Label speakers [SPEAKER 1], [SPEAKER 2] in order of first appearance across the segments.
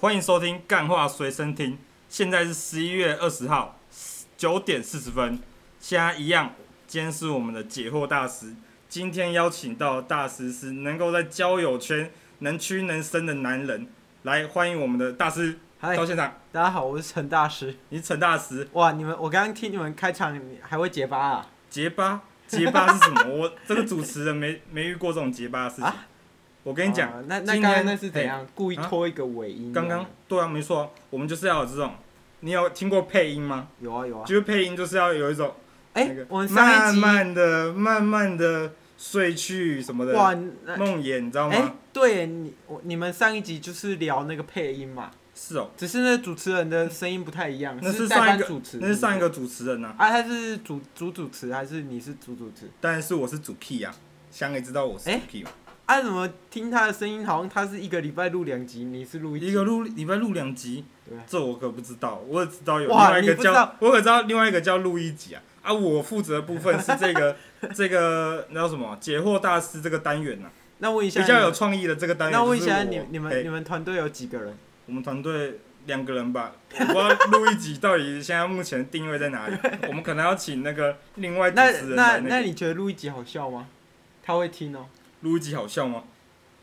[SPEAKER 1] 欢迎收听《干话随身听》，现在是十一月二十号九点四十分，现在一样，今天是我们的解惑大师，今天邀请到的大师是能够在交友圈能屈能伸的男人，来欢迎我们的大师
[SPEAKER 2] 嗨，
[SPEAKER 1] 到现场，
[SPEAKER 2] 大家好，我是陈大师。
[SPEAKER 1] 你是陈大师，
[SPEAKER 2] 哇，你们，我刚刚听你们开场，你还会结巴啊？
[SPEAKER 1] 结巴，结巴是什么？ 我这个主持人没没遇过这种结巴的事情，
[SPEAKER 2] 啊
[SPEAKER 1] 我跟你讲
[SPEAKER 2] 哇，哦那那
[SPEAKER 1] 今
[SPEAKER 2] 刚
[SPEAKER 1] 天
[SPEAKER 2] 刚那是怎
[SPEAKER 1] 嘿
[SPEAKER 2] 样？故意
[SPEAKER 1] 啊
[SPEAKER 2] 拖一个尾音哦这
[SPEAKER 1] 刚
[SPEAKER 2] 样？
[SPEAKER 1] 刚对啊，没错啊，我们就是要有这种。你有听过配音吗？
[SPEAKER 2] 有啊有啊。
[SPEAKER 1] 就是配音就是要有一种那
[SPEAKER 2] 哎
[SPEAKER 1] 个，
[SPEAKER 2] 我们上一
[SPEAKER 1] 慢
[SPEAKER 2] 集
[SPEAKER 1] 慢的、慢慢的睡去什么
[SPEAKER 2] 哇，
[SPEAKER 1] 的
[SPEAKER 2] 那
[SPEAKER 1] 梦魇，你知道
[SPEAKER 2] 哎
[SPEAKER 1] 吗？，
[SPEAKER 2] 对你我你们上一集就是聊那个配音嘛，
[SPEAKER 1] 是哦，
[SPEAKER 2] 只是那主持人的声音不太一样，
[SPEAKER 1] 那是
[SPEAKER 2] 代
[SPEAKER 1] 上一
[SPEAKER 2] 班
[SPEAKER 1] 个
[SPEAKER 2] 主持，
[SPEAKER 1] 那是上一个主持人呐、啊，
[SPEAKER 2] 啊，他是主主主持还是你是主主持？
[SPEAKER 1] 但是我是主 key 啊，香也知道我是主 key 嘛，
[SPEAKER 2] 啊，怎么听他的声音好像他是一个礼拜录两集，你是录一
[SPEAKER 1] 一
[SPEAKER 2] 集？
[SPEAKER 1] 个录礼拜录两集，
[SPEAKER 2] 对啊
[SPEAKER 1] 这我可不知道，我只知道有另
[SPEAKER 2] 哇
[SPEAKER 1] 外一个
[SPEAKER 2] 你不知
[SPEAKER 1] 叫
[SPEAKER 2] 道，
[SPEAKER 1] 我可知道另外一个叫录一集啊，啊，我负责的部分 是这个这个那叫什么解惑大师这个单元呐、
[SPEAKER 2] 那问一下
[SPEAKER 1] 比
[SPEAKER 2] 你们，
[SPEAKER 1] 较有创意的这个单元。
[SPEAKER 2] 那问一
[SPEAKER 1] 就
[SPEAKER 2] 下
[SPEAKER 1] 是
[SPEAKER 2] 你
[SPEAKER 1] 我
[SPEAKER 2] 你
[SPEAKER 1] 嘿
[SPEAKER 2] 们你们团队有几个人？
[SPEAKER 1] 我们团队两个人吧，我不知道录一集到底现在目前定位在哪里。我们可能要请那个另外主
[SPEAKER 2] 那
[SPEAKER 1] 持人
[SPEAKER 2] 那
[SPEAKER 1] 来
[SPEAKER 2] 那
[SPEAKER 1] 个
[SPEAKER 2] 你觉得录一集好笑吗？他会听哦、
[SPEAKER 1] 录一集好笑吗？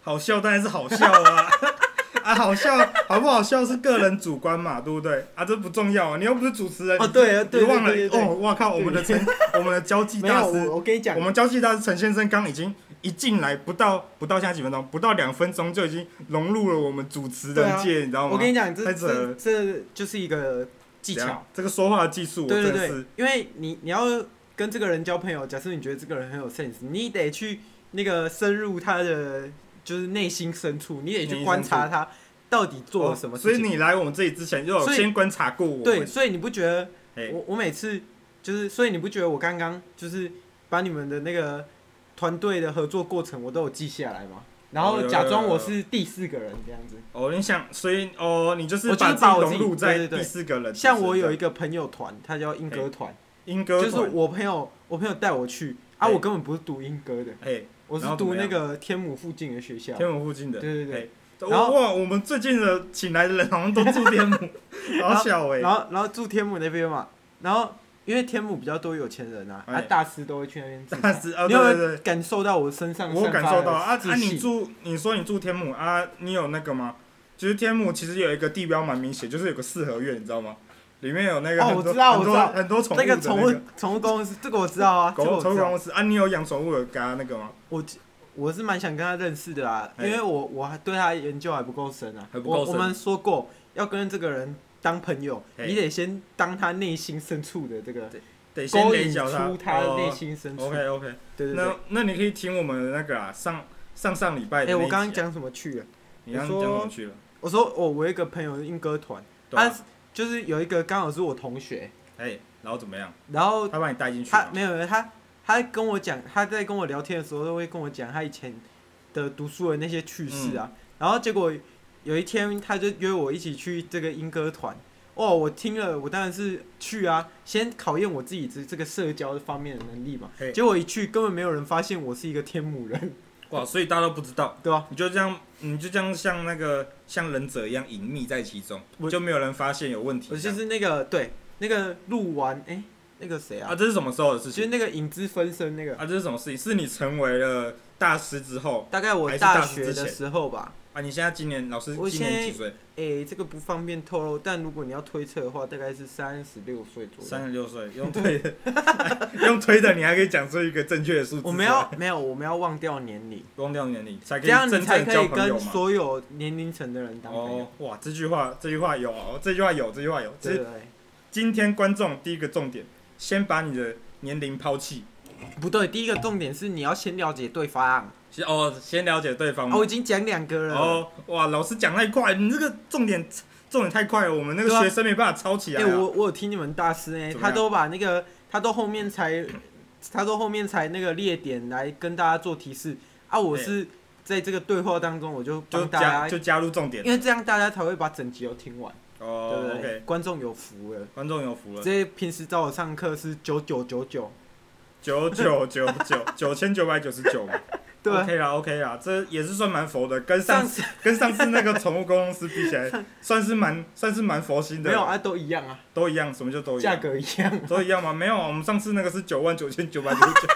[SPEAKER 1] 好笑当然是好笑啊！ 啊，好笑好不好笑是个人主观嘛，对不对？啊，这不重要啊，你又不是主持人。
[SPEAKER 2] 哦对啊
[SPEAKER 1] 你
[SPEAKER 2] 对对
[SPEAKER 1] 你忘了
[SPEAKER 2] 对对对
[SPEAKER 1] 哦，哇靠，我们的陈， 我们的交际
[SPEAKER 2] 没
[SPEAKER 1] 大
[SPEAKER 2] 有，
[SPEAKER 1] 师
[SPEAKER 2] 我，我跟你讲
[SPEAKER 1] 我，们交际大师陈先生刚已经一进来不到不到现在几分钟，不到两分钟就已经融入了我们主持
[SPEAKER 2] 对
[SPEAKER 1] 人
[SPEAKER 2] 啊
[SPEAKER 1] 界，你知道吗？
[SPEAKER 2] 我跟你讲，这
[SPEAKER 1] 太扯
[SPEAKER 2] 这
[SPEAKER 1] 了
[SPEAKER 2] 这就是一个技
[SPEAKER 1] 怎
[SPEAKER 2] 巧
[SPEAKER 1] 样，，这个说话的技术，我
[SPEAKER 2] 对
[SPEAKER 1] 真
[SPEAKER 2] 对
[SPEAKER 1] 的是
[SPEAKER 2] 对，因为你你要跟这个人交朋友，假设你觉得这个人很有 sense，你得去那个深入他的就是内心深处，你得
[SPEAKER 1] 内心
[SPEAKER 2] 去观察
[SPEAKER 1] 深
[SPEAKER 2] 他到底做了什么
[SPEAKER 1] 哦所
[SPEAKER 2] 事
[SPEAKER 1] 以
[SPEAKER 2] 情。
[SPEAKER 1] 你来我们这里之前，就有
[SPEAKER 2] 所以
[SPEAKER 1] 先观察过我们。
[SPEAKER 2] 对，，所以你不觉得
[SPEAKER 1] 哎
[SPEAKER 2] 我我每次就是，所以你不觉得我刚刚就是把你们的那个团队的合作过程我都有记下来吗？然
[SPEAKER 1] 哦有
[SPEAKER 2] 后
[SPEAKER 1] 有
[SPEAKER 2] 假装
[SPEAKER 1] 有
[SPEAKER 2] 我
[SPEAKER 1] 有
[SPEAKER 2] 是第四个人这样子。
[SPEAKER 1] 哦，你想，所以哦，你就是
[SPEAKER 2] 我就是
[SPEAKER 1] 自己
[SPEAKER 2] 把我自
[SPEAKER 1] 融
[SPEAKER 2] 己
[SPEAKER 1] 入
[SPEAKER 2] 对
[SPEAKER 1] 在
[SPEAKER 2] 对对
[SPEAKER 1] 第四个人。
[SPEAKER 2] 像我有一
[SPEAKER 1] 个
[SPEAKER 2] 个朋友团，他叫英歌团，
[SPEAKER 1] 英歌
[SPEAKER 2] 就
[SPEAKER 1] 团，
[SPEAKER 2] 是我朋友，我朋友带我去啊，
[SPEAKER 1] 哎
[SPEAKER 2] 我根本不是读英歌的，
[SPEAKER 1] 哎，
[SPEAKER 2] 我是
[SPEAKER 1] 然后怎
[SPEAKER 2] 读
[SPEAKER 1] 么
[SPEAKER 2] 那
[SPEAKER 1] 样
[SPEAKER 2] 个天母附近的学校。
[SPEAKER 1] 天母附近的。
[SPEAKER 2] 对哦对对
[SPEAKER 1] 哎。我
[SPEAKER 2] 然后
[SPEAKER 1] 哇，我们最近的请来的人好像都住天 母，好小哎。
[SPEAKER 2] 然后然后住天母那边嘛，然后因为天母比较多有钱人啊，
[SPEAKER 1] 哎
[SPEAKER 2] 啊大师都会去那边 自
[SPEAKER 1] 但
[SPEAKER 2] 杀。
[SPEAKER 1] 是啊，
[SPEAKER 2] 你
[SPEAKER 1] 对
[SPEAKER 2] 有没
[SPEAKER 1] 对
[SPEAKER 2] 有
[SPEAKER 1] 对，
[SPEAKER 2] 感受到我身上？
[SPEAKER 1] 我有感受到啊啊！你
[SPEAKER 2] 住
[SPEAKER 1] 住，你说你住天母啊，你有那个吗？就是天母其实有一个地标蛮明显，就是有个四合院，你知道吗？里面有那个
[SPEAKER 2] 哦
[SPEAKER 1] 很
[SPEAKER 2] 我
[SPEAKER 1] 多
[SPEAKER 2] 知道
[SPEAKER 1] 很
[SPEAKER 2] 我
[SPEAKER 1] 多
[SPEAKER 2] 知道
[SPEAKER 1] 很多宠物
[SPEAKER 2] 那
[SPEAKER 1] 的
[SPEAKER 2] 个
[SPEAKER 1] 那
[SPEAKER 2] 宠
[SPEAKER 1] 个
[SPEAKER 2] 物宠物公司，这个我知道啊，这 个
[SPEAKER 1] 狗
[SPEAKER 2] 我
[SPEAKER 1] 宠
[SPEAKER 2] 知
[SPEAKER 1] 物
[SPEAKER 2] 道。
[SPEAKER 1] 公司啊，你有养宠物有跟他那个吗？
[SPEAKER 2] 我我是蛮想跟他认识的啦，因
[SPEAKER 1] 哎
[SPEAKER 2] 为我我还对他研究还不够深啊。
[SPEAKER 1] 还不够深
[SPEAKER 2] 我我们说过要跟这个人当朋友，
[SPEAKER 1] 哎
[SPEAKER 2] 你得先当他内心深处的这个
[SPEAKER 1] 得先
[SPEAKER 2] 勾
[SPEAKER 1] 联
[SPEAKER 2] 引
[SPEAKER 1] 想
[SPEAKER 2] 出他的内心深处。
[SPEAKER 1] 哦 OK OK，
[SPEAKER 2] 对对对。
[SPEAKER 1] 那那你可以听我们的那个啊，上上上礼拜
[SPEAKER 2] 哎、
[SPEAKER 1] 的那一集啊。
[SPEAKER 2] 我刚刚讲什么去了？
[SPEAKER 1] 你刚刚讲什么去了？
[SPEAKER 2] 我说哦我我有一个朋友是英歌团，
[SPEAKER 1] 对啊
[SPEAKER 2] 他，就是有一个刚好是我同学，
[SPEAKER 1] 哎，然后怎么样？
[SPEAKER 2] 然后
[SPEAKER 1] 他把你带进去
[SPEAKER 2] 他
[SPEAKER 1] 吗？
[SPEAKER 2] 没有没有他他跟我讲，他在跟我聊天的时候都会跟我讲他以前的读书的那些趣事啊。然后结果有一天他就约我一起去这个英歌团，哦，我听了我当然是去啊，先考验我自己这这个社交方面的能力嘛
[SPEAKER 1] 嘿。
[SPEAKER 2] 结果一去根本没有人发现我是一个天母人，
[SPEAKER 1] 哇，所以大家都不知道，
[SPEAKER 2] 对吧、
[SPEAKER 1] 你就这样，你就这样像那个像忍者一样隐秘在其中，
[SPEAKER 2] 我
[SPEAKER 1] 就没有人发现有问题
[SPEAKER 2] 我
[SPEAKER 1] 这
[SPEAKER 2] 就
[SPEAKER 1] 样。
[SPEAKER 2] 是那个对那个录完哎、那个谁啊，
[SPEAKER 1] 啊，这是什么时候的事
[SPEAKER 2] 就是
[SPEAKER 1] 情？
[SPEAKER 2] 那个影之分身那个，
[SPEAKER 1] 啊，这是什么事情？是你成为了大师之后
[SPEAKER 2] 大概我
[SPEAKER 1] 还是大
[SPEAKER 2] 大
[SPEAKER 1] 四
[SPEAKER 2] 学
[SPEAKER 1] 之
[SPEAKER 2] 的
[SPEAKER 1] 前
[SPEAKER 2] 时候吧。
[SPEAKER 1] 啊？你现在今年老师
[SPEAKER 2] 我
[SPEAKER 1] 今年
[SPEAKER 2] 现在
[SPEAKER 1] 几岁？
[SPEAKER 2] 诶、这个不方便透露，但如果你要推测的话，大概是三十六岁左右。
[SPEAKER 1] 三十六岁，用推的， 用推的，你还可以讲出一个正确的数字出来。
[SPEAKER 2] 我们要没有，我们要忘掉年龄，
[SPEAKER 1] 忘掉年龄，才可
[SPEAKER 2] 这
[SPEAKER 1] 以
[SPEAKER 2] 样
[SPEAKER 1] 真
[SPEAKER 2] 你才
[SPEAKER 1] 正
[SPEAKER 2] 可
[SPEAKER 1] 交
[SPEAKER 2] 以
[SPEAKER 1] 朋友
[SPEAKER 2] 跟
[SPEAKER 1] 嘛。
[SPEAKER 2] 所有年龄层的人当朋友
[SPEAKER 1] 哦。，哇，这句话，这句话有，这句话有，这句话有。其
[SPEAKER 2] 对
[SPEAKER 1] 实
[SPEAKER 2] 对对，
[SPEAKER 1] 今天观众第一个重点，先把你的年龄抛弃。
[SPEAKER 2] 不对，第一个重点是你要先了解对方。啊，
[SPEAKER 1] 先哦，先了解对方嘛
[SPEAKER 2] 我已经讲两个了。
[SPEAKER 1] 哦，哇，老师讲太快，你这个重点重点太快了，我们那
[SPEAKER 2] 对
[SPEAKER 1] 个
[SPEAKER 2] 啊
[SPEAKER 1] 学生没办法抄起
[SPEAKER 2] 诶、
[SPEAKER 1] 来啊。
[SPEAKER 2] 我我有听你们大师哎、
[SPEAKER 1] 怎么
[SPEAKER 2] 他
[SPEAKER 1] 样
[SPEAKER 2] 都把那个，他都后面才，他都后面才那个列点来跟大家做提示啊。我
[SPEAKER 1] 哎
[SPEAKER 2] 是在这个对话当中，我就
[SPEAKER 1] 就
[SPEAKER 2] 帮大
[SPEAKER 1] 加
[SPEAKER 2] 家，
[SPEAKER 1] 就加入重点
[SPEAKER 2] 因。为这样大家才会把整集都听完，对
[SPEAKER 1] 哦
[SPEAKER 2] 不对
[SPEAKER 1] ，OK，
[SPEAKER 2] 观众有福了。
[SPEAKER 1] 观众有福了，
[SPEAKER 2] 这平时找我上课是九九九九，
[SPEAKER 1] 九九九九九千九百九十九嘛，
[SPEAKER 2] 对啊，
[SPEAKER 1] OK 啦，OK 啦，这也是算蛮佛的，跟上
[SPEAKER 2] 上
[SPEAKER 1] 次
[SPEAKER 2] 次
[SPEAKER 1] 跟上次那个宠物公司比起来，算是蛮算是蛮佛心的。
[SPEAKER 2] 没有啊，都一样啊，
[SPEAKER 1] 都一样，什么叫都一
[SPEAKER 2] 价
[SPEAKER 1] 样？
[SPEAKER 2] 格一样，
[SPEAKER 1] 都一样吗？没有，啊我们上次那个是九万九千九百九十 九。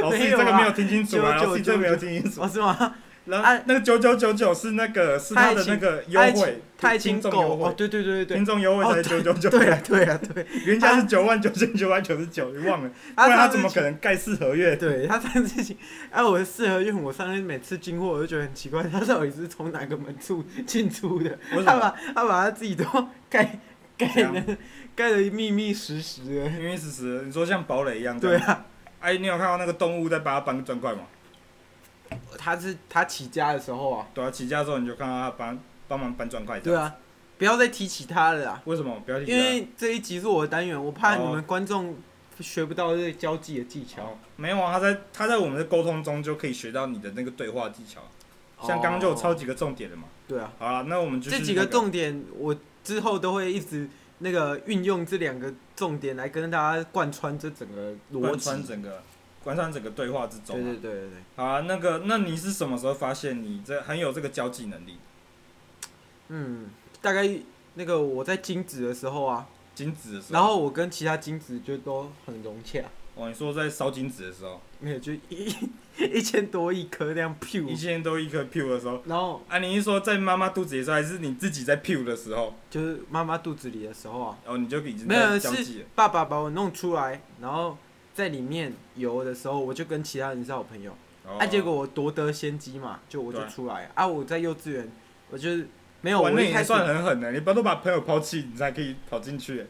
[SPEAKER 1] 老师，你
[SPEAKER 2] 没
[SPEAKER 1] 这
[SPEAKER 2] 有啊
[SPEAKER 1] 个没有听清楚啊！
[SPEAKER 2] 99
[SPEAKER 1] 老师，你这个没有听清楚。
[SPEAKER 2] 哦是吗？
[SPEAKER 1] 然
[SPEAKER 2] 啊
[SPEAKER 1] 后那个九九九九是那个是他的那个优
[SPEAKER 2] 爱
[SPEAKER 1] 惠
[SPEAKER 2] 情，爱情
[SPEAKER 1] 听众优
[SPEAKER 2] 狗哦
[SPEAKER 1] 惠，，
[SPEAKER 2] 对对对对
[SPEAKER 1] 听众优惠才九九九，
[SPEAKER 2] 对，对啊对啊对，
[SPEAKER 1] 原价是九万九千九百九十九，你忘了？ 不
[SPEAKER 2] 啊
[SPEAKER 1] 然他
[SPEAKER 2] 上次
[SPEAKER 1] 怎么可能盖四合月？
[SPEAKER 2] 对他上次进，哎、啊，我的四合院，我上次每次经过我就觉得很奇怪， 他到底是从哪个门处进出的？
[SPEAKER 1] 为什
[SPEAKER 2] 他
[SPEAKER 1] 么？
[SPEAKER 2] 把他把他自己都盖 盖
[SPEAKER 1] 怎样嗯
[SPEAKER 2] 的盖的密密实实的。
[SPEAKER 1] 因为事实，你说像堡垒一样。
[SPEAKER 2] 对。啊，
[SPEAKER 1] 哎，你有看到那个动物在把它搬砖块吗？
[SPEAKER 2] 他是他起家的时候啊，
[SPEAKER 1] 对啊，起家之后你就看到他帮帮忙搬砖块。
[SPEAKER 2] 对。啊，不要再提起他了啊啦，
[SPEAKER 1] 为什么？不要提
[SPEAKER 2] 因为这一集是我的单元，我怕你
[SPEAKER 1] 哦
[SPEAKER 2] 们观众学不到这个交际的技巧。
[SPEAKER 1] 哦，没有啊，他在他在我们的沟通中就可以学到你的那个对话技巧，啊像刚刚就有超
[SPEAKER 2] 哦
[SPEAKER 1] 几个重点了嘛。
[SPEAKER 2] 对啊，
[SPEAKER 1] 好了，那我们就是
[SPEAKER 2] 这几个
[SPEAKER 1] 那个
[SPEAKER 2] 重点我之后都会一直那个运用这两个重点来跟大家贯穿这整个逻
[SPEAKER 1] 贯
[SPEAKER 2] 辑。
[SPEAKER 1] 穿整个贯穿整个对话之中、
[SPEAKER 2] 对
[SPEAKER 1] 啊。
[SPEAKER 2] 对对对对，
[SPEAKER 1] 好啊，那个，那你是什么时候发现你这很有这个交际能力？
[SPEAKER 2] 嗯，大概那个我在精子的时候啊，
[SPEAKER 1] 金子的时候，
[SPEAKER 2] 然后我跟其他精子就都很融洽，
[SPEAKER 1] 哦，你说在烧金子的时候，
[SPEAKER 2] 没有就一一千多亿颗那样
[SPEAKER 1] 一
[SPEAKER 2] pew，
[SPEAKER 1] 千多一颗 pew 的时候，
[SPEAKER 2] 然后
[SPEAKER 1] 啊，你是说在妈妈肚子里的时候，还是你自己在 pew 的时候？
[SPEAKER 2] 就是妈妈肚子里的时候啊，
[SPEAKER 1] 哦，你就已经
[SPEAKER 2] 没有
[SPEAKER 1] 在交际
[SPEAKER 2] 是
[SPEAKER 1] 了。
[SPEAKER 2] 爸爸把我弄出来，然后在里面游的时候，我就跟其他人是好朋友。
[SPEAKER 1] 哦
[SPEAKER 2] 啊，结果我夺得先机嘛，就我就
[SPEAKER 1] 对
[SPEAKER 2] 出来啊！我在幼稚园，我就是没有，
[SPEAKER 1] 哇，
[SPEAKER 2] 我
[SPEAKER 1] 那
[SPEAKER 2] 一
[SPEAKER 1] 也
[SPEAKER 2] 开始，
[SPEAKER 1] 算很狠的，你不要都把朋友抛弃，你才可以跑进去，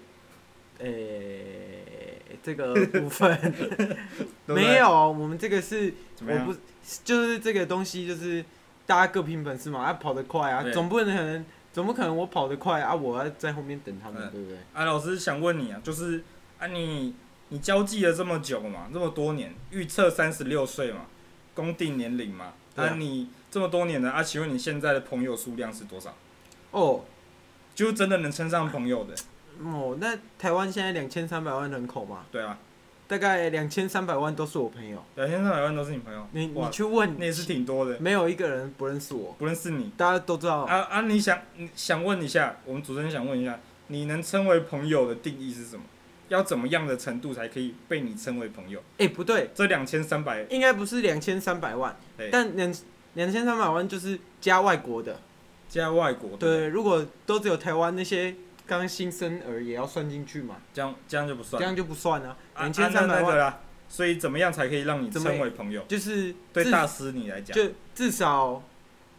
[SPEAKER 2] 诶、这个部分
[SPEAKER 1] 对不对
[SPEAKER 2] 没有，我们这个是，
[SPEAKER 1] 怎么
[SPEAKER 2] 我
[SPEAKER 1] 样？
[SPEAKER 2] 不就是这个东西，就是大家各凭本事嘛，啊，跑得快啊
[SPEAKER 1] 对，
[SPEAKER 2] 总不能总不可能我跑得快啊，我要在后面等他们，
[SPEAKER 1] 嗯
[SPEAKER 2] 对不对？
[SPEAKER 1] 啊，老师想问你啊，就是啊你你交际了这么久嘛，这么多年，预测三十六岁嘛，公定年龄嘛，
[SPEAKER 2] 对啊
[SPEAKER 1] 啊你这么多年了啊，请问你现在的朋友数量是多少？
[SPEAKER 2] 哦，
[SPEAKER 1] 就真的能称上朋友的，
[SPEAKER 2] 哦，那台湾现在两千三百万人口嘛，
[SPEAKER 1] 对啊，
[SPEAKER 2] 大概两千三百万都是我朋友，
[SPEAKER 1] 两千三百万都是你朋友，
[SPEAKER 2] 你你
[SPEAKER 1] 哇
[SPEAKER 2] 去问
[SPEAKER 1] 那，也是挺多的，
[SPEAKER 2] 没有一个人不认识我，
[SPEAKER 1] 不认识你
[SPEAKER 2] 大家都知道。
[SPEAKER 1] 啊啊，你想你想问一下，我们主持人想问一下，你能称为朋友的定义是什么？要怎么样的程度才可以被你称为朋友？
[SPEAKER 2] 哎、不对，
[SPEAKER 1] 这两千三百
[SPEAKER 2] 应该不是两千三百万
[SPEAKER 1] 对，
[SPEAKER 2] 但两两千三百万就是加外国的。
[SPEAKER 1] 加外国的，
[SPEAKER 2] 对，如果都只有台湾那些刚新生儿也要算进去嘛，
[SPEAKER 1] 这样这样就不
[SPEAKER 2] 这
[SPEAKER 1] 算。
[SPEAKER 2] 样就不算啊。
[SPEAKER 1] 啊
[SPEAKER 2] 两千三
[SPEAKER 1] 啊
[SPEAKER 2] 百
[SPEAKER 1] 那那个
[SPEAKER 2] 万
[SPEAKER 1] 啦。所以怎么样才可以让你成为朋友？
[SPEAKER 2] 就是
[SPEAKER 1] 对
[SPEAKER 2] 至
[SPEAKER 1] 大师你来讲，
[SPEAKER 2] 就至少，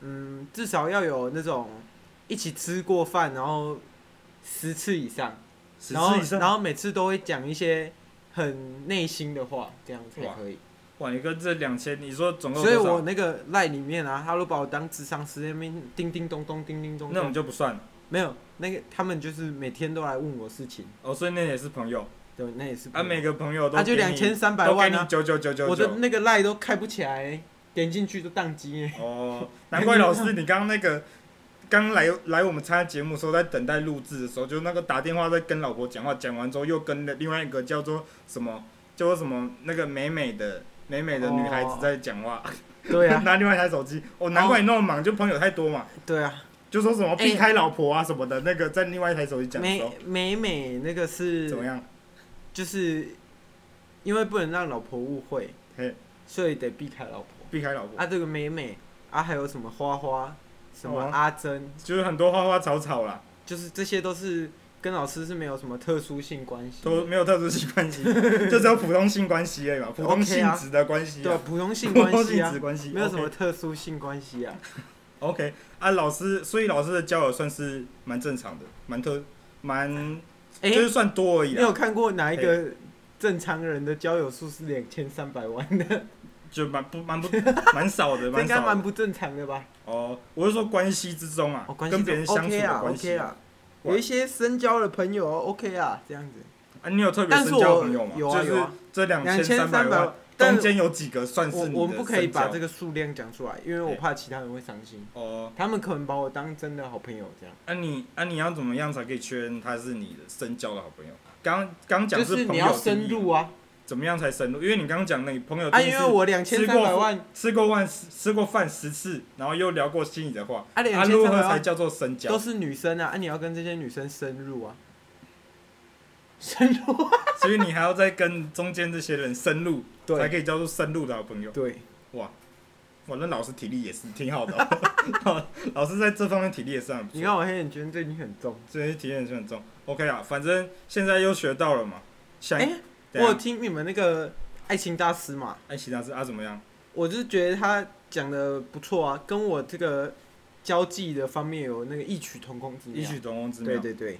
[SPEAKER 2] 嗯，至少要有那种一起吃过饭，然后十次以上，
[SPEAKER 1] 十
[SPEAKER 2] 然后
[SPEAKER 1] 次以上。
[SPEAKER 2] 然后每次都会讲一些很内心的话，这样才
[SPEAKER 1] 哇
[SPEAKER 2] 可以。
[SPEAKER 1] 哇，你跟这两千，你说总共
[SPEAKER 2] 所以
[SPEAKER 1] 多
[SPEAKER 2] 我
[SPEAKER 1] 少？
[SPEAKER 2] 那个赖里面啊，他都把我当智商师，那边叮叮咚咚，叮叮咚
[SPEAKER 1] 那我
[SPEAKER 2] 咚
[SPEAKER 1] 们。就不算
[SPEAKER 2] 没有，那个他们就是每天都来问我事情，
[SPEAKER 1] 哦，所以那也是朋友
[SPEAKER 2] 对，那也是不
[SPEAKER 1] 啊，每个朋友都
[SPEAKER 2] 啊就
[SPEAKER 1] 给你
[SPEAKER 2] 2300万啊
[SPEAKER 1] 都给你九九九九
[SPEAKER 2] 我的
[SPEAKER 1] 九。
[SPEAKER 2] 那个赖都开不起来，点进去都宕机耶。
[SPEAKER 1] 哦，难怪老师你刚刚那个。刚来来我们参加节目的时候，在等待录制的时候，就那个打电话在跟老婆讲话，讲完之后又跟了另外一个叫做什么，叫做什么那个美美的美美的女孩子在讲话，
[SPEAKER 2] 对啊，
[SPEAKER 1] 拿另外一台手机。哦，难怪你那么忙，就朋友太多嘛。
[SPEAKER 2] 对啊，
[SPEAKER 1] 就说什么
[SPEAKER 2] 哎
[SPEAKER 1] 避开老婆啊什么的，那个在另外一台手机讲的时候
[SPEAKER 2] 美美美那个
[SPEAKER 1] 怎么
[SPEAKER 2] 是
[SPEAKER 1] 样？
[SPEAKER 2] 就是因为不能让老婆误会
[SPEAKER 1] 嘿，
[SPEAKER 2] 所以得避开老婆。
[SPEAKER 1] 避开老婆，
[SPEAKER 2] 啊，这个美美啊，还有什么花花，什么
[SPEAKER 1] 哦
[SPEAKER 2] 阿珍，
[SPEAKER 1] 就是很多花花草草啦，
[SPEAKER 2] 就是这些都是跟老师是没有什么特殊性关系的，
[SPEAKER 1] 都没有特殊性关系， 就只有普通性关系而已嘛，普通
[SPEAKER 2] OK
[SPEAKER 1] 性
[SPEAKER 2] 啊
[SPEAKER 1] 质的关系
[SPEAKER 2] 对
[SPEAKER 1] 啊、
[SPEAKER 2] 啊普通性
[SPEAKER 1] 普
[SPEAKER 2] 关
[SPEAKER 1] 通
[SPEAKER 2] 系
[SPEAKER 1] 性
[SPEAKER 2] 啊
[SPEAKER 1] 质，关系，
[SPEAKER 2] 没有什么
[SPEAKER 1] OK。
[SPEAKER 2] 特殊性关系啊。
[SPEAKER 1] OK 啊，老师，所以老师的交友算是蛮正常的，蛮特蛮
[SPEAKER 2] 哎、
[SPEAKER 1] 就是算多而已
[SPEAKER 2] 你
[SPEAKER 1] 啊，
[SPEAKER 2] 有看过哪一个正常人的交友数是两千三百万的？
[SPEAKER 1] 就蛮不蛮不蛮少的，
[SPEAKER 2] 这应
[SPEAKER 1] 蛮
[SPEAKER 2] 该
[SPEAKER 1] 少
[SPEAKER 2] 蛮
[SPEAKER 1] 的。
[SPEAKER 2] 不正常的吧？
[SPEAKER 1] 哦，我是说关系之中啊，
[SPEAKER 2] 哦，关系
[SPEAKER 1] 跟别人
[SPEAKER 2] 中
[SPEAKER 1] 相处
[SPEAKER 2] OK
[SPEAKER 1] 的
[SPEAKER 2] 啊
[SPEAKER 1] 关系
[SPEAKER 2] ，OK 啊，有一些深交的朋友 OK 啊，这样子。
[SPEAKER 1] 啊，你有特别
[SPEAKER 2] 但
[SPEAKER 1] 深
[SPEAKER 2] 是
[SPEAKER 1] 交的
[SPEAKER 2] 我
[SPEAKER 1] 朋友吗？
[SPEAKER 2] 有啊
[SPEAKER 1] 就
[SPEAKER 2] 有
[SPEAKER 1] 是
[SPEAKER 2] 啊，
[SPEAKER 1] 这两
[SPEAKER 2] 两千
[SPEAKER 1] 三
[SPEAKER 2] 三
[SPEAKER 1] 万
[SPEAKER 2] 万，但
[SPEAKER 1] 中间有几个算是
[SPEAKER 2] 我
[SPEAKER 1] 你
[SPEAKER 2] 我们不可以把这
[SPEAKER 1] 个
[SPEAKER 2] 个数量讲出来，因为
[SPEAKER 1] 哎
[SPEAKER 2] 我怕其他人会伤心，
[SPEAKER 1] 哦，
[SPEAKER 2] 他们可能把我当真的好朋友这样。
[SPEAKER 1] 啊你啊你要怎么样才可以确认他是你的深交的好朋友？刚刚讲
[SPEAKER 2] 就是
[SPEAKER 1] 朋
[SPEAKER 2] 你
[SPEAKER 1] 友
[SPEAKER 2] 要
[SPEAKER 1] 定义
[SPEAKER 2] 深入啊，
[SPEAKER 1] 怎么样才深入？因为你刚刚讲那个朋友
[SPEAKER 2] 啊，
[SPEAKER 1] 第一
[SPEAKER 2] 因
[SPEAKER 1] 次
[SPEAKER 2] 为我两千
[SPEAKER 1] 吃
[SPEAKER 2] 三百
[SPEAKER 1] 过
[SPEAKER 2] 万，
[SPEAKER 1] 吃过饭吃过饭十次，然后又聊过心里的话，啊，
[SPEAKER 2] 啊，两千
[SPEAKER 1] 如
[SPEAKER 2] 三
[SPEAKER 1] 何
[SPEAKER 2] 百
[SPEAKER 1] 才
[SPEAKER 2] 万
[SPEAKER 1] 叫做深
[SPEAKER 2] 都
[SPEAKER 1] 交？
[SPEAKER 2] 是女生啊，啊，你要跟这些女生深入啊，深入，啊
[SPEAKER 1] 所以你还要再跟中间这些人深入，才
[SPEAKER 2] 对
[SPEAKER 1] 可以叫做深入的好朋友。
[SPEAKER 2] 对，
[SPEAKER 1] 哇，那老师体力也是挺好的哦、 老师在这方面体力也是很不
[SPEAKER 2] 你
[SPEAKER 1] 错，
[SPEAKER 2] 看我黑眼圈最近很重，
[SPEAKER 1] 这些体验也是很重。OK 啊，反正现在又学到了嘛。想，
[SPEAKER 2] 哎我
[SPEAKER 1] 等一下
[SPEAKER 2] 有听你们那个爱情大师嘛，
[SPEAKER 1] 哎，其他是啊怎么样？
[SPEAKER 2] 我就是觉得他讲的不错啊，跟我这个交际的方面有那个异曲同工之
[SPEAKER 1] 异
[SPEAKER 2] 妙。
[SPEAKER 1] 曲同工之妙。哦
[SPEAKER 2] 对对对，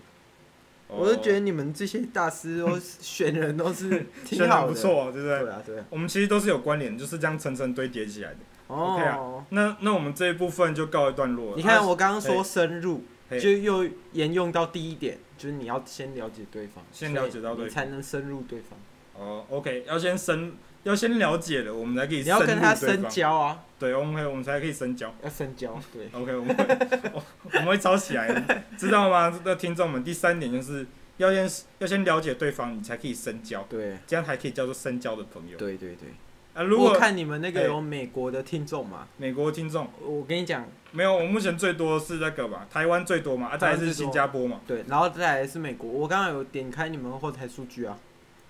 [SPEAKER 2] 我就觉
[SPEAKER 1] 得
[SPEAKER 2] 得你们这些大 师都选人都是挺
[SPEAKER 1] 宣
[SPEAKER 2] 好
[SPEAKER 1] 传
[SPEAKER 2] 的，
[SPEAKER 1] 不错、哦，对不对？
[SPEAKER 2] 对啊对啊。
[SPEAKER 1] 我们其实都是有关联，就是这样层层堆叠起来的。OK 啊
[SPEAKER 2] 哦，
[SPEAKER 1] 那那我们这一部分就告一段落了。
[SPEAKER 2] 你看
[SPEAKER 1] 啊
[SPEAKER 2] 我刚刚
[SPEAKER 1] 嘿
[SPEAKER 2] 说深入，
[SPEAKER 1] 嘿
[SPEAKER 2] 就又沿用到第一点，就是你要先了解对方，
[SPEAKER 1] 先了解到
[SPEAKER 2] 所
[SPEAKER 1] 对方
[SPEAKER 2] 以你才能深入对方，
[SPEAKER 1] 哦，OK，要先深，要先了解了，我们才可以
[SPEAKER 2] 你要跟他
[SPEAKER 1] 深入对
[SPEAKER 2] 深
[SPEAKER 1] 方。
[SPEAKER 2] 交啊，
[SPEAKER 1] 对，OK，我们才可以深交。
[SPEAKER 2] 要深交，对，
[SPEAKER 1] OK，我们会我我们会吵起来的，知道吗？那听众们，第三点就是要先要先了解对方，你才可以深交，
[SPEAKER 2] 对
[SPEAKER 1] 这样才可以叫做深交的朋友。
[SPEAKER 2] 对对对。
[SPEAKER 1] 啊，如
[SPEAKER 2] 如果
[SPEAKER 1] 果
[SPEAKER 2] 看你们那个
[SPEAKER 1] 嘿
[SPEAKER 2] 有美国的听众嘛，
[SPEAKER 1] 美国听众
[SPEAKER 2] 我跟你讲，
[SPEAKER 1] 没有，我目前最多是那个吧，台湾最多嘛，啊，再来是新加坡嘛。
[SPEAKER 2] 对，然后再来是美国。我刚刚有点开你们后台数据啊，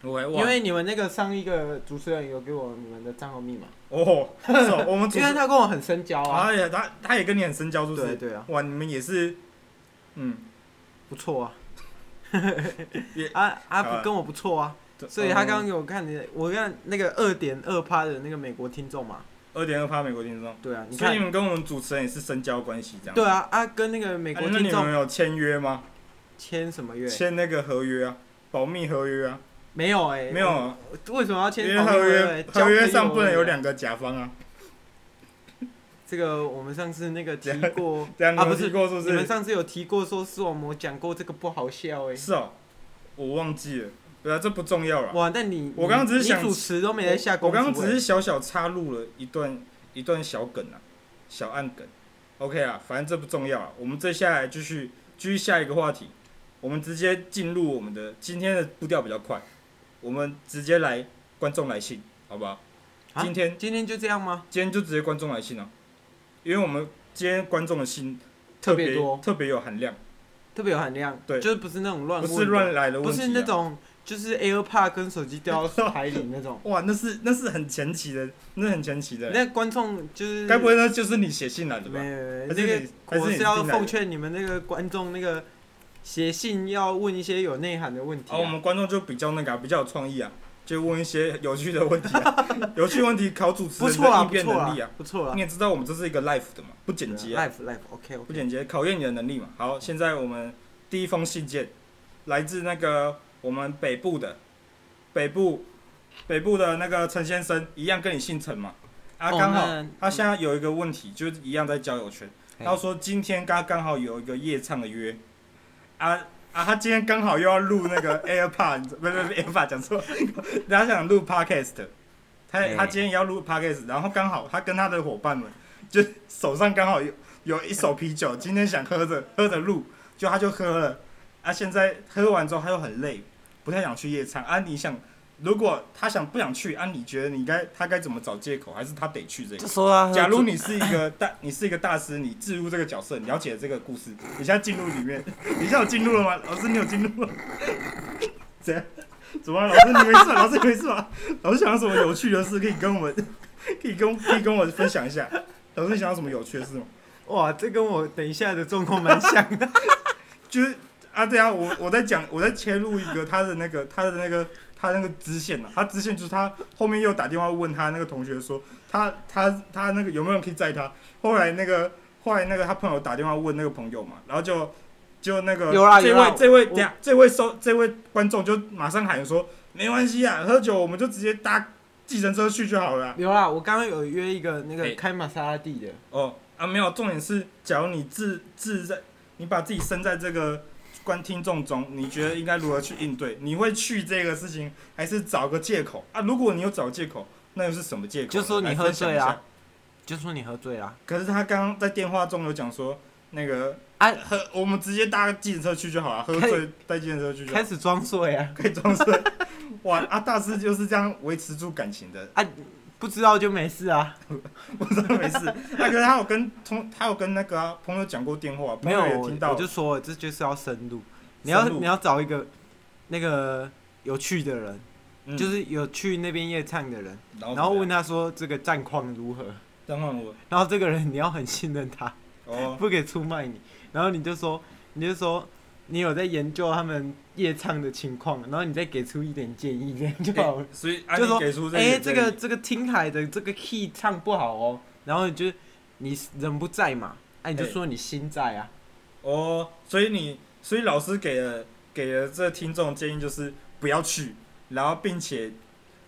[SPEAKER 1] OK，哇
[SPEAKER 2] 因为你们那个上一个主持人有给我你们的账号密码，
[SPEAKER 1] 哦，是哦我们主
[SPEAKER 2] 因为他跟我很深交啊。
[SPEAKER 1] 他也他他也跟你很深交，是不
[SPEAKER 2] 对
[SPEAKER 1] 是？
[SPEAKER 2] 对啊，
[SPEAKER 1] 哇，你们也是，嗯，
[SPEAKER 2] 不错啊
[SPEAKER 1] 也。
[SPEAKER 2] 啊啊，
[SPEAKER 1] 好啊
[SPEAKER 2] 不跟我不错啊，所以
[SPEAKER 1] 嗯
[SPEAKER 2] 他
[SPEAKER 1] 哦
[SPEAKER 2] 刚刚给我看你，我看那个二点二趴的那个美国听众嘛，
[SPEAKER 1] 二点二趴美国听众，
[SPEAKER 2] 对啊，你
[SPEAKER 1] 所以你
[SPEAKER 2] 看，
[SPEAKER 1] 们跟我们主持人也是深交关系这样。
[SPEAKER 2] 对，啊啊，跟那个美国
[SPEAKER 1] 啊那
[SPEAKER 2] 听
[SPEAKER 1] 你
[SPEAKER 2] 众
[SPEAKER 1] 们有签约吗？
[SPEAKER 2] 签什么约？
[SPEAKER 1] 签那个合约啊，保密合约啊，
[SPEAKER 2] 没有哎，
[SPEAKER 1] 没有，啊，
[SPEAKER 2] 为什么要
[SPEAKER 1] 因
[SPEAKER 2] 签
[SPEAKER 1] 为
[SPEAKER 2] 保密
[SPEAKER 1] 合
[SPEAKER 2] 哎
[SPEAKER 1] 约
[SPEAKER 2] 交
[SPEAKER 1] 合约
[SPEAKER 2] 朋
[SPEAKER 1] 上
[SPEAKER 2] 友
[SPEAKER 1] 不能
[SPEAKER 2] 而已
[SPEAKER 1] 有
[SPEAKER 2] 啊
[SPEAKER 1] 两个甲方啊，
[SPEAKER 2] 这个我们上次那个提过
[SPEAKER 1] 这样
[SPEAKER 2] 啊，
[SPEAKER 1] 有
[SPEAKER 2] 不
[SPEAKER 1] 提
[SPEAKER 2] 是
[SPEAKER 1] 过是不
[SPEAKER 2] 你们
[SPEAKER 1] 是？
[SPEAKER 2] 上次有提过说视网膜讲过这个不好笑哎、
[SPEAKER 1] 是哦，我忘记了，对啊，这不重要了。
[SPEAKER 2] 哇，但你
[SPEAKER 1] 我刚刚只是
[SPEAKER 2] 你
[SPEAKER 1] 想
[SPEAKER 2] 你主持都没在下欸
[SPEAKER 1] 我
[SPEAKER 2] 功夫、
[SPEAKER 1] 刚刚只是
[SPEAKER 2] 是
[SPEAKER 1] 小小插入了一段一段小梗啊，小暗梗。OK 啊，反正这不重要啊。我们这下来继续继续下一个话题，我们直接进入我们的今天的步调比较快，我们直接来观众来信，好不好？
[SPEAKER 2] 啊
[SPEAKER 1] 今天
[SPEAKER 2] 今天就这样吗？
[SPEAKER 1] 今天就直接观众来信啊，因为我们今天观众的信
[SPEAKER 2] 特别
[SPEAKER 1] 别
[SPEAKER 2] 多
[SPEAKER 1] 特别有含量，特
[SPEAKER 2] 特别有含量，
[SPEAKER 1] 对
[SPEAKER 2] 就是不是那种乱
[SPEAKER 1] 不
[SPEAKER 2] 问的
[SPEAKER 1] 是乱来的问
[SPEAKER 2] 不
[SPEAKER 1] 题、啊，。
[SPEAKER 2] 是那种就是 AirPod 跟手机掉到海里那种
[SPEAKER 1] 哇，那是那是很前期的，那是很前期的，
[SPEAKER 2] 那观众就是
[SPEAKER 1] 该不会那就是你写信来的
[SPEAKER 2] 没
[SPEAKER 1] 吧？
[SPEAKER 2] 有
[SPEAKER 1] 还
[SPEAKER 2] 那
[SPEAKER 1] 是
[SPEAKER 2] 个
[SPEAKER 1] 你，还是
[SPEAKER 2] 我
[SPEAKER 1] 你
[SPEAKER 2] 是要
[SPEAKER 1] 进来的
[SPEAKER 2] 奉劝你们那个观众那个写信要问一些有内涵的问题、
[SPEAKER 1] 啊，我
[SPEAKER 2] 啊。
[SPEAKER 1] 们观众就比较那个、啊，比较有创意啊，就问一些有趣的问题 啊，有趣问题考主持
[SPEAKER 2] 不
[SPEAKER 1] 人
[SPEAKER 2] 错
[SPEAKER 1] 的
[SPEAKER 2] 啊，
[SPEAKER 1] 应
[SPEAKER 2] 不
[SPEAKER 1] 变
[SPEAKER 2] 错
[SPEAKER 1] 能
[SPEAKER 2] 啊
[SPEAKER 1] 力啊。，
[SPEAKER 2] 不错啊
[SPEAKER 1] 你。也知道我们这是一个 live 的嘛，不剪辑啊，
[SPEAKER 2] life life OK
[SPEAKER 1] 不
[SPEAKER 2] OK。
[SPEAKER 1] 剪辑考验你的能力嘛。好，现在我们第一封信件来自那个我们北部的北部北部的那个陈先生，一样跟你姓陈嘛。啊，
[SPEAKER 2] 哦
[SPEAKER 1] 刚好
[SPEAKER 2] 那
[SPEAKER 1] 他现在有一个问题，就是一样在交友圈。
[SPEAKER 2] 嘿
[SPEAKER 1] 他说今天刚刚好有一个夜唱的约，啊啊，他今天刚好又要录那个 AirPod，不不不 AirPod 讲错，他想录 Podcast，他
[SPEAKER 2] 嘿
[SPEAKER 1] 他今天也要录 Podcast，然后刚好他跟他的伙伴们，就手上刚好有有一手啤酒，今天想喝着喝着录，就他就喝了，啊，现在喝完之后他又很累，不太想去夜唱，啊，你想。如果他想不想去啊？你觉得你该他该怎么找借口，还是他得去这个？
[SPEAKER 2] 就说啊，
[SPEAKER 1] 假如你是一个大，你是一个大师，你置入这个角色，你了解这个故事，你现在进入里面，你现在有进入了 吗？老师，你有进入吗？怎样？怎么了？老师，你没事吧？啊老师，你没事吧？老师想到什么有趣的事可以跟我们， 可以跟可以跟我分享一下？老师，你想到什么有趣的事吗？
[SPEAKER 2] 哇，这跟我等一下的状况蛮像 的。
[SPEAKER 1] 就是啊，对啊，我我在讲，我在切入一个他的那个他的那个他那个支线呢、啊，他支线就是他后面又打电话问他那个同学说，他他他那个有没有人可以载他？后来那个后来那个他朋友打电话问那个朋友嘛，然后就就那个
[SPEAKER 2] 有啦
[SPEAKER 1] 这
[SPEAKER 2] 有啦
[SPEAKER 1] 位这位
[SPEAKER 2] 我
[SPEAKER 1] 等下这位收这位观众就马上喊说，没关系啊，喝酒我们就直接搭计程车去就好了啊、
[SPEAKER 2] 有啦，我刚刚有约一个那
[SPEAKER 1] 哎
[SPEAKER 2] 个开玛莎拉蒂的，
[SPEAKER 1] 哦啊，没有，重点是，假如你自自在，你把自己身在这个观听众中，你觉得应该如何去应对？你会去这个事情，还是找个借口啊？如果你有找借口，那又是什么借口呢？
[SPEAKER 2] 就说你
[SPEAKER 1] 来
[SPEAKER 2] 喝
[SPEAKER 1] 分享
[SPEAKER 2] 醉
[SPEAKER 1] 一下
[SPEAKER 2] 啊。就说你喝醉啊啦。
[SPEAKER 1] 可是他刚刚在电话中有讲说，那个
[SPEAKER 2] 啊
[SPEAKER 1] 喝我们直接搭计程车去就好了，喝
[SPEAKER 2] 开
[SPEAKER 1] 醉搭计程车去就好
[SPEAKER 2] 开。始装睡啊！
[SPEAKER 1] 可以装睡。哇啊，大师就是这样维持住感情的，
[SPEAKER 2] 不知道就没事啊。
[SPEAKER 1] 我真的没事。那啊可是他有跟同，他有跟那个、啊、朋友讲过电话，
[SPEAKER 2] 没有，
[SPEAKER 1] 朋友也
[SPEAKER 2] 我
[SPEAKER 1] 听到
[SPEAKER 2] 我就说了，这就是要深入。你要
[SPEAKER 1] 深入
[SPEAKER 2] 你要找一个那个有趣的人，
[SPEAKER 1] 嗯
[SPEAKER 2] 就是有去那边夜唱的人，
[SPEAKER 1] 然后
[SPEAKER 2] 然后问
[SPEAKER 1] 他，
[SPEAKER 2] 他说这个战况如何，
[SPEAKER 1] 等会我
[SPEAKER 2] 然后这个人你要很信任他，
[SPEAKER 1] 哦，
[SPEAKER 2] 不可以出卖你，然后你就说你就说。你有在研究他们夜唱的情况，然后你再给出一点建议，这样就好了
[SPEAKER 1] 欸。所以啊，
[SPEAKER 2] 就说
[SPEAKER 1] 你给出这
[SPEAKER 2] 哎、
[SPEAKER 1] 个
[SPEAKER 2] 这
[SPEAKER 1] 建议
[SPEAKER 2] 个这个听海的这个 key 唱不好哦，然后你就你人不在嘛，哎、你就
[SPEAKER 1] 哎
[SPEAKER 2] 说你心在啊，
[SPEAKER 1] 哦，所以你，所以老师给了给了这听众建议就是不要去，然后并且，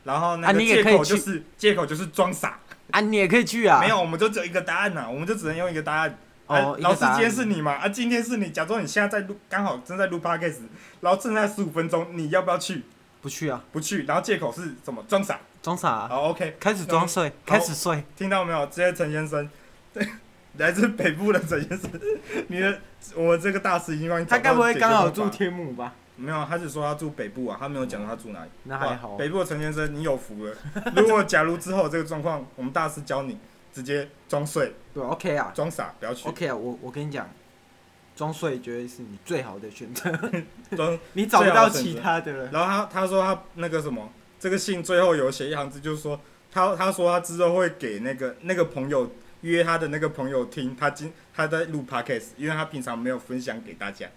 [SPEAKER 1] 然后那
[SPEAKER 2] 啊
[SPEAKER 1] 个
[SPEAKER 2] 你也
[SPEAKER 1] 借
[SPEAKER 2] 可以
[SPEAKER 1] 口就
[SPEAKER 2] 去
[SPEAKER 1] 是、借口就是装傻，
[SPEAKER 2] 啊，你也可以去啊，
[SPEAKER 1] 没有，我们就只有一个答案呐、啊我们就只能用一个答案。
[SPEAKER 2] 哦
[SPEAKER 1] 啊，
[SPEAKER 2] 一个
[SPEAKER 1] 老师
[SPEAKER 2] 答
[SPEAKER 1] 今天
[SPEAKER 2] 案
[SPEAKER 1] 是你嘛？啊，今天是你，假装你现在在录，刚好正在录 podcast，然后剩下十五分钟，你要不要去？
[SPEAKER 2] 不去啊，
[SPEAKER 1] 不去，然后借口是什么？装傻。
[SPEAKER 2] 装傻、啊，
[SPEAKER 1] 好，OK，
[SPEAKER 2] 开始装睡，开始睡，
[SPEAKER 1] 听到没有？这些陈先生， 来自北部的陈先生， 你的我这个大师已经帮你找
[SPEAKER 2] 他
[SPEAKER 1] 到
[SPEAKER 2] 该不会
[SPEAKER 1] 解决
[SPEAKER 2] 刚好
[SPEAKER 1] 方法
[SPEAKER 2] 住天母吧？
[SPEAKER 1] 没有，他只说他住北部啊，他没有讲他住哪里。
[SPEAKER 2] 那还
[SPEAKER 1] 哇
[SPEAKER 2] 好，
[SPEAKER 1] 北部的陈先生，你有福了。 如果假如之后这个状况，我们大师教你直接装睡、
[SPEAKER 2] 对，OK 啊
[SPEAKER 1] 装傻，不要去
[SPEAKER 2] ，OK 啊，我我跟你讲，装睡绝对是你最好的选择，
[SPEAKER 1] 装。
[SPEAKER 2] 你找不
[SPEAKER 1] 最好
[SPEAKER 2] 到
[SPEAKER 1] 的选择
[SPEAKER 2] 其他的了，
[SPEAKER 1] 然后他他说他那个什么，这个信最后有写一行字，就是说他他说他之后会给那个那个朋友约他的那个朋友听他今他在录 podcast，因为他平常没有分享给大家。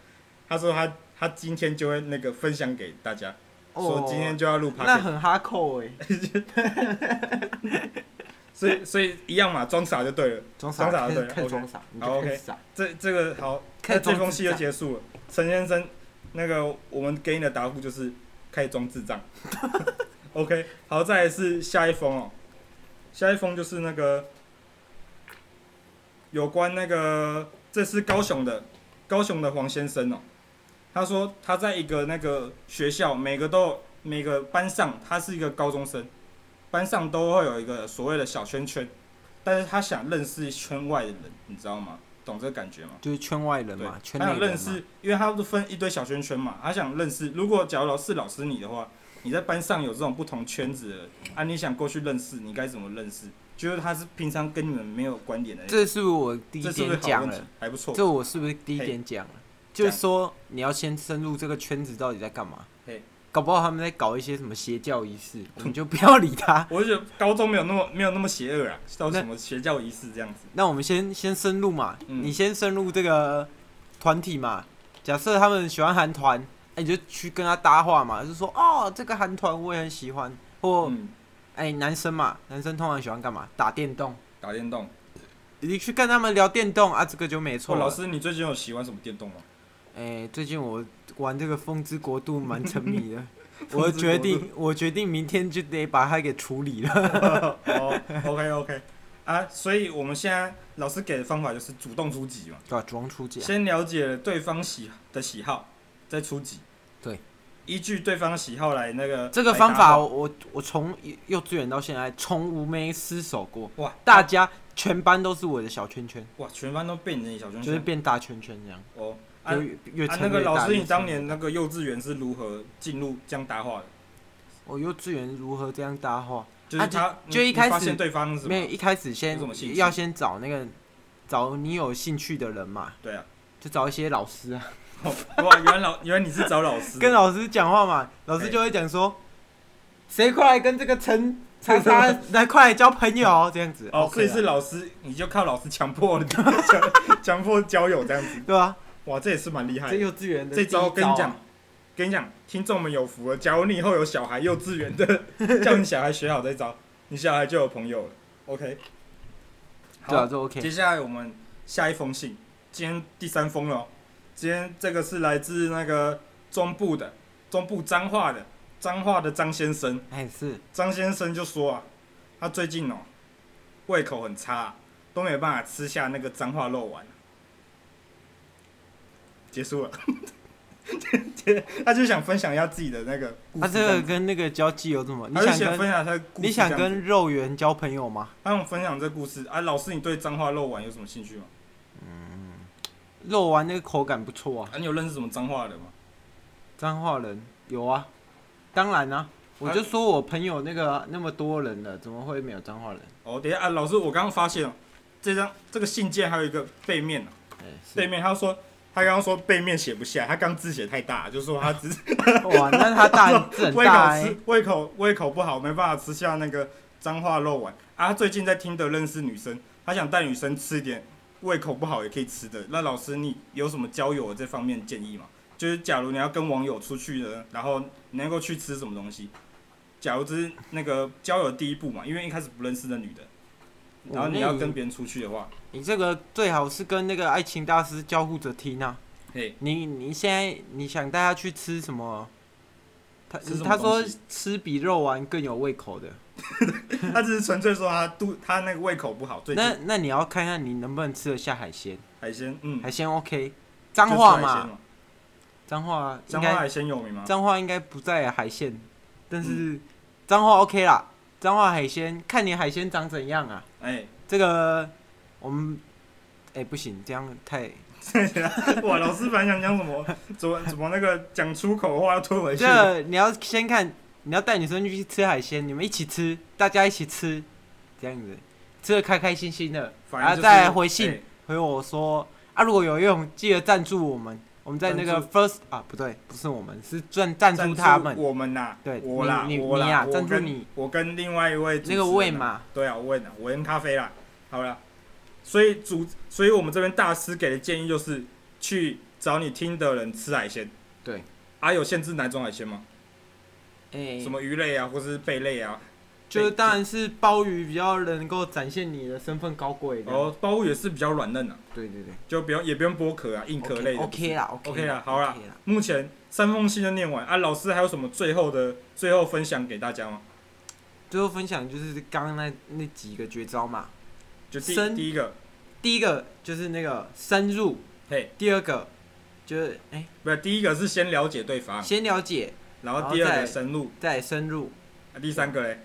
[SPEAKER 1] 他说他他今天就会那个分享给大家，说今天就要录
[SPEAKER 2] 哦那
[SPEAKER 1] podcast，、
[SPEAKER 2] 很哈 扣哎，
[SPEAKER 1] 所以所以一样嘛，装傻就对了。
[SPEAKER 2] 装
[SPEAKER 1] 装
[SPEAKER 2] 傻，
[SPEAKER 1] 傻
[SPEAKER 2] 开始
[SPEAKER 1] 对
[SPEAKER 2] 开始
[SPEAKER 1] OK
[SPEAKER 2] 装傻，你
[SPEAKER 1] 好
[SPEAKER 2] 就开
[SPEAKER 1] ，OK
[SPEAKER 2] 始傻，
[SPEAKER 1] 这这个好，
[SPEAKER 2] 开
[SPEAKER 1] 那
[SPEAKER 2] 始
[SPEAKER 1] 这
[SPEAKER 2] 装
[SPEAKER 1] 封
[SPEAKER 2] 智
[SPEAKER 1] 信就
[SPEAKER 2] 障
[SPEAKER 1] 结束了。陈先生，那个我们给你的答复就是开始装智障。OK，好，再来是下一封哦，下一封就是那个有关那个这是高雄的高雄的黄先生哦，他说他在一个那个学校，每个都有每个班上他是一个高中生，班上都会有一个所谓的小圈圈，但是他想认识圈外的人，你知道吗？懂这个感觉吗？
[SPEAKER 2] 就是圈外人
[SPEAKER 1] 对
[SPEAKER 2] 嘛，，圈
[SPEAKER 1] 他
[SPEAKER 2] 内
[SPEAKER 1] 想认
[SPEAKER 2] 人嘛，
[SPEAKER 1] 识，因为他都分一堆小圈圈嘛，他想认识。如果假如老是老师你的话，你在班上有这种不同圈子的人啊，你想过去认识，你该怎么认识？就是他是平常跟你们没有关联的人，
[SPEAKER 2] 这是不是我第一
[SPEAKER 1] 这是不
[SPEAKER 2] 点
[SPEAKER 1] 是好
[SPEAKER 2] 讲
[SPEAKER 1] 问题
[SPEAKER 2] 了？？
[SPEAKER 1] 还不错。
[SPEAKER 2] 这我是不是第一
[SPEAKER 1] 嘿
[SPEAKER 2] 点讲了？就是说你要先深入这个圈子到底在干嘛
[SPEAKER 1] 嘿？
[SPEAKER 2] 搞不好他们在搞一些什么邪教 仪式，我们就不要理他。
[SPEAKER 1] 我就觉得高中没有那么没有那么邪恶啊，到什么邪教仪式这样子。
[SPEAKER 2] 那我们先先深入嘛，
[SPEAKER 1] 嗯
[SPEAKER 2] 你先深入这个团体嘛。假设他们喜欢韩团，哎、你就去跟他搭话嘛，就说哦，这个韩团我也很喜欢，或
[SPEAKER 1] 嗯，
[SPEAKER 2] 哎、男生嘛，男生通常喜欢干嘛？打电动。
[SPEAKER 1] 打电动。
[SPEAKER 2] 你去跟他们聊电动啊，这个就没
[SPEAKER 1] 哦，
[SPEAKER 2] 错了。
[SPEAKER 1] 老师，你最近有喜欢什么电 动吗？，
[SPEAKER 2] 哎、最近我玩这个《风之国度》蛮沉迷的 我
[SPEAKER 1] 风之国
[SPEAKER 2] 决
[SPEAKER 1] 度
[SPEAKER 2] 定，我决定明天就得把它给处理 了。
[SPEAKER 1] 哦，OK OK，啊， 所以我们现在老师给的方法就是主动出击嘛。
[SPEAKER 2] 对、啊，装出假，
[SPEAKER 1] 先了解对方喜的喜好，再出击。
[SPEAKER 2] 对，
[SPEAKER 1] 依据对方喜好来那个
[SPEAKER 2] 这个
[SPEAKER 1] 来
[SPEAKER 2] 方
[SPEAKER 1] 打
[SPEAKER 2] 法
[SPEAKER 1] 斗
[SPEAKER 2] 我，我我从幼稚园到现在从无没失手过。
[SPEAKER 1] 哇
[SPEAKER 2] 大家全班都是我的小圈圈，
[SPEAKER 1] 哇，全班都变成小圈
[SPEAKER 2] 就是
[SPEAKER 1] 圈
[SPEAKER 2] 变大圈圈这样，
[SPEAKER 1] 哦。嗯啊
[SPEAKER 2] 就越越
[SPEAKER 1] 啊
[SPEAKER 2] 撑，
[SPEAKER 1] 那个
[SPEAKER 2] 越大
[SPEAKER 1] 老师，
[SPEAKER 2] 越
[SPEAKER 1] 你当
[SPEAKER 2] 撑
[SPEAKER 1] 年那个幼稚园是如何进入这样搭话的？
[SPEAKER 2] 我哦幼稚园如何这样搭话？
[SPEAKER 1] 就是
[SPEAKER 2] 啊就
[SPEAKER 1] 他、你
[SPEAKER 2] 就一
[SPEAKER 1] 你
[SPEAKER 2] 开
[SPEAKER 1] 发
[SPEAKER 2] 始
[SPEAKER 1] 现对方是
[SPEAKER 2] 没有，
[SPEAKER 1] 吗？
[SPEAKER 2] 一开始先
[SPEAKER 1] 有什么兴趣
[SPEAKER 2] 要先找那个找你有兴趣的人嘛，
[SPEAKER 1] 对啊，
[SPEAKER 2] 就找一些老师啊。
[SPEAKER 1] 哦哇，原来老原来你是找老师，哦
[SPEAKER 2] 跟老师讲话嘛，老
[SPEAKER 1] 哎
[SPEAKER 2] 师就会讲说，谁快来跟这个陈叉叉 来快来交朋友这样子。
[SPEAKER 1] 哦，所
[SPEAKER 2] OK
[SPEAKER 1] 以
[SPEAKER 2] 啦
[SPEAKER 1] 是老师，你就靠老师强迫你 强强迫交友这样子，
[SPEAKER 2] 对啊，
[SPEAKER 1] 哇，这也是蛮厉害
[SPEAKER 2] 这
[SPEAKER 1] 的。
[SPEAKER 2] 幼稚园的
[SPEAKER 1] 这
[SPEAKER 2] 第一招
[SPEAKER 1] 招
[SPEAKER 2] 啊
[SPEAKER 1] 跟你讲，，跟你讲，听众们有福了。假如你以后有小孩，幼稚园的叫你小孩学好这招，你小孩就有朋友了。OK，好，
[SPEAKER 2] 对啊，这 OK。
[SPEAKER 1] 接下来我们下一封信，今天第三封了哦、今天这个是来自那个中部的，中部彰化的，彰化的张先生，
[SPEAKER 2] 哎，是
[SPEAKER 1] 张先生就说啊，他最近哦胃口很差、啊都没办法吃下那个彰化肉丸。结束了， 他就想分享一下自己的那个故
[SPEAKER 2] 他
[SPEAKER 1] 事
[SPEAKER 2] 啊这
[SPEAKER 1] 这样
[SPEAKER 2] 个
[SPEAKER 1] 子，
[SPEAKER 2] 跟那个交际有什么？你
[SPEAKER 1] 他就
[SPEAKER 2] 想
[SPEAKER 1] 想分
[SPEAKER 2] 跟
[SPEAKER 1] 享他的故事
[SPEAKER 2] 你
[SPEAKER 1] 这样
[SPEAKER 2] 想
[SPEAKER 1] 子。
[SPEAKER 2] 跟肉圆交朋友吗？
[SPEAKER 1] 他想分享这故事啊？老师，你对彰化肉丸有什么兴趣吗？
[SPEAKER 2] 肉丸那个口感不错啊，
[SPEAKER 1] 啊，你有认识什么彰化的吗？
[SPEAKER 2] 彰化人有啊，当然啊，我就说我朋友那个那么多人了，怎么会没有彰化人？
[SPEAKER 1] 哦，等一下啊，老师，我刚刚发现了这张这个信件还有一个背面呢、
[SPEAKER 2] 哎、
[SPEAKER 1] 背
[SPEAKER 2] 是
[SPEAKER 1] 面他说他刚刚说背面写不下，他刚字写太大，就说他只是
[SPEAKER 2] 哇，哦那他大这很
[SPEAKER 1] 胃
[SPEAKER 2] 大
[SPEAKER 1] 口
[SPEAKER 2] 哎、
[SPEAKER 1] 吃胃口胃口不好，没办法吃下那个脏话肉丸啊。他最近在听的认识女生，他想带女生吃一点胃口不好也可以吃的。那老师，你有什么交友的这方面建议吗？就是假如你要跟网友出去的，然后你能够去吃什么东西？假如这是那个交友第一步嘛，因为一开始不认识的女的，然后你要跟别人出去的话，
[SPEAKER 2] 你这个最好是跟那个爱情大师交互着听啊。
[SPEAKER 1] 嘿，
[SPEAKER 2] 你你现在你想带他去吃什么？他
[SPEAKER 1] 吃什么
[SPEAKER 2] 他说
[SPEAKER 1] 东西
[SPEAKER 2] 吃比肉丸更有胃口的。
[SPEAKER 1] 他只是纯粹说他肚他那个胃口不好，最
[SPEAKER 2] 那
[SPEAKER 1] 近
[SPEAKER 2] 那你要看看你能不能吃得下海鲜，
[SPEAKER 1] 海鲜，嗯，
[SPEAKER 2] 海鲜 OK。脏
[SPEAKER 1] 就是
[SPEAKER 2] 话
[SPEAKER 1] 海鲜
[SPEAKER 2] 嘛，，脏话应
[SPEAKER 1] 彰化
[SPEAKER 2] 该
[SPEAKER 1] 海鲜有名吗？
[SPEAKER 2] 脏话应该不在海鲜，但
[SPEAKER 1] 嗯
[SPEAKER 2] 是脏话 OK 啦，脏话海鲜看你海鲜长怎样啊。
[SPEAKER 1] 哎，
[SPEAKER 2] 这个我们哎、不行，这样太
[SPEAKER 1] 哇，老师本来想讲什么，怎么怎么那个讲出口的话要吞回去，
[SPEAKER 2] 这你要先看，你要带女生去吃海鲜，你们一起吃，大家一起吃，这样子吃的开开心心的，
[SPEAKER 1] 反
[SPEAKER 2] 然
[SPEAKER 1] 正就
[SPEAKER 2] 后
[SPEAKER 1] 是
[SPEAKER 2] 啊再回信、
[SPEAKER 1] 哎
[SPEAKER 2] 回我说啊，如果有用，记得赞助我们，我们在那个
[SPEAKER 1] 赞
[SPEAKER 2] first 啊，不对，不是我们，是赞赞
[SPEAKER 1] 赞
[SPEAKER 2] 助
[SPEAKER 1] 助
[SPEAKER 2] 他们，
[SPEAKER 1] 我们呐，
[SPEAKER 2] 对
[SPEAKER 1] 我啦，
[SPEAKER 2] 你你
[SPEAKER 1] 我
[SPEAKER 2] 你
[SPEAKER 1] 啦，
[SPEAKER 2] 啊
[SPEAKER 1] 我
[SPEAKER 2] 赞助
[SPEAKER 1] 跟
[SPEAKER 2] 你，
[SPEAKER 1] 我跟另外一位主持
[SPEAKER 2] 那
[SPEAKER 1] 人啊
[SPEAKER 2] 个喂，嘛，
[SPEAKER 1] 对啊，喂呐，我跟咖啡啦，好了，所以主，所以我们这边大师给的建议就是去找你听的人吃海鲜，
[SPEAKER 2] 对，
[SPEAKER 1] 啊，有限制哪种海鲜吗？
[SPEAKER 2] 哎、
[SPEAKER 1] 什么鱼类啊，或是贝类啊？
[SPEAKER 2] 就是当然是鲍鱼比较能够展现你的身份高贵的，
[SPEAKER 1] 哦，鲍鱼也是比较软嫩的、啊，
[SPEAKER 2] 对对对
[SPEAKER 1] 就不用也不用剥壳啊，硬壳类的
[SPEAKER 2] o k 啦
[SPEAKER 1] OK 啦
[SPEAKER 2] 啦，
[SPEAKER 1] 好啦
[SPEAKER 2] o k 啦，
[SPEAKER 1] 目前三封信就念完啊，老师还有什么最后的最后分享给大家吗？
[SPEAKER 2] 最后分享就是刚刚那那几个绝招嘛，
[SPEAKER 1] 就第
[SPEAKER 2] 深
[SPEAKER 1] 第一个，
[SPEAKER 2] 第一个就是那个深入，
[SPEAKER 1] 嘿，
[SPEAKER 2] 第二个就是哎、
[SPEAKER 1] 不是第一个是先了解对方，
[SPEAKER 2] 先了解，
[SPEAKER 1] 然后
[SPEAKER 2] 然后
[SPEAKER 1] 第二个
[SPEAKER 2] 再
[SPEAKER 1] 深入，
[SPEAKER 2] 再深入，
[SPEAKER 1] 啊、第三个嘞，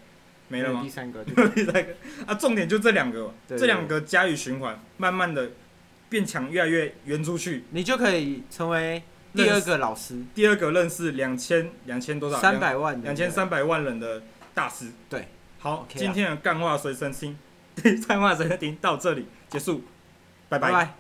[SPEAKER 1] 没了
[SPEAKER 2] 第
[SPEAKER 1] 吗？
[SPEAKER 2] 三个就
[SPEAKER 1] 第三个啊，重点就这两个嘛，
[SPEAKER 2] 对
[SPEAKER 1] 这两个加以循环，慢慢的变强，越来越圆出去。
[SPEAKER 2] 你就可以成为第二个老师，
[SPEAKER 1] 第二个认识两千两千多少？
[SPEAKER 2] 三百万
[SPEAKER 1] 两千三百万人的大师。
[SPEAKER 2] 对，
[SPEAKER 1] 好
[SPEAKER 2] OK 啊
[SPEAKER 1] 今天的干话随身听，干话随身听到这里结束，拜
[SPEAKER 2] 拜拜。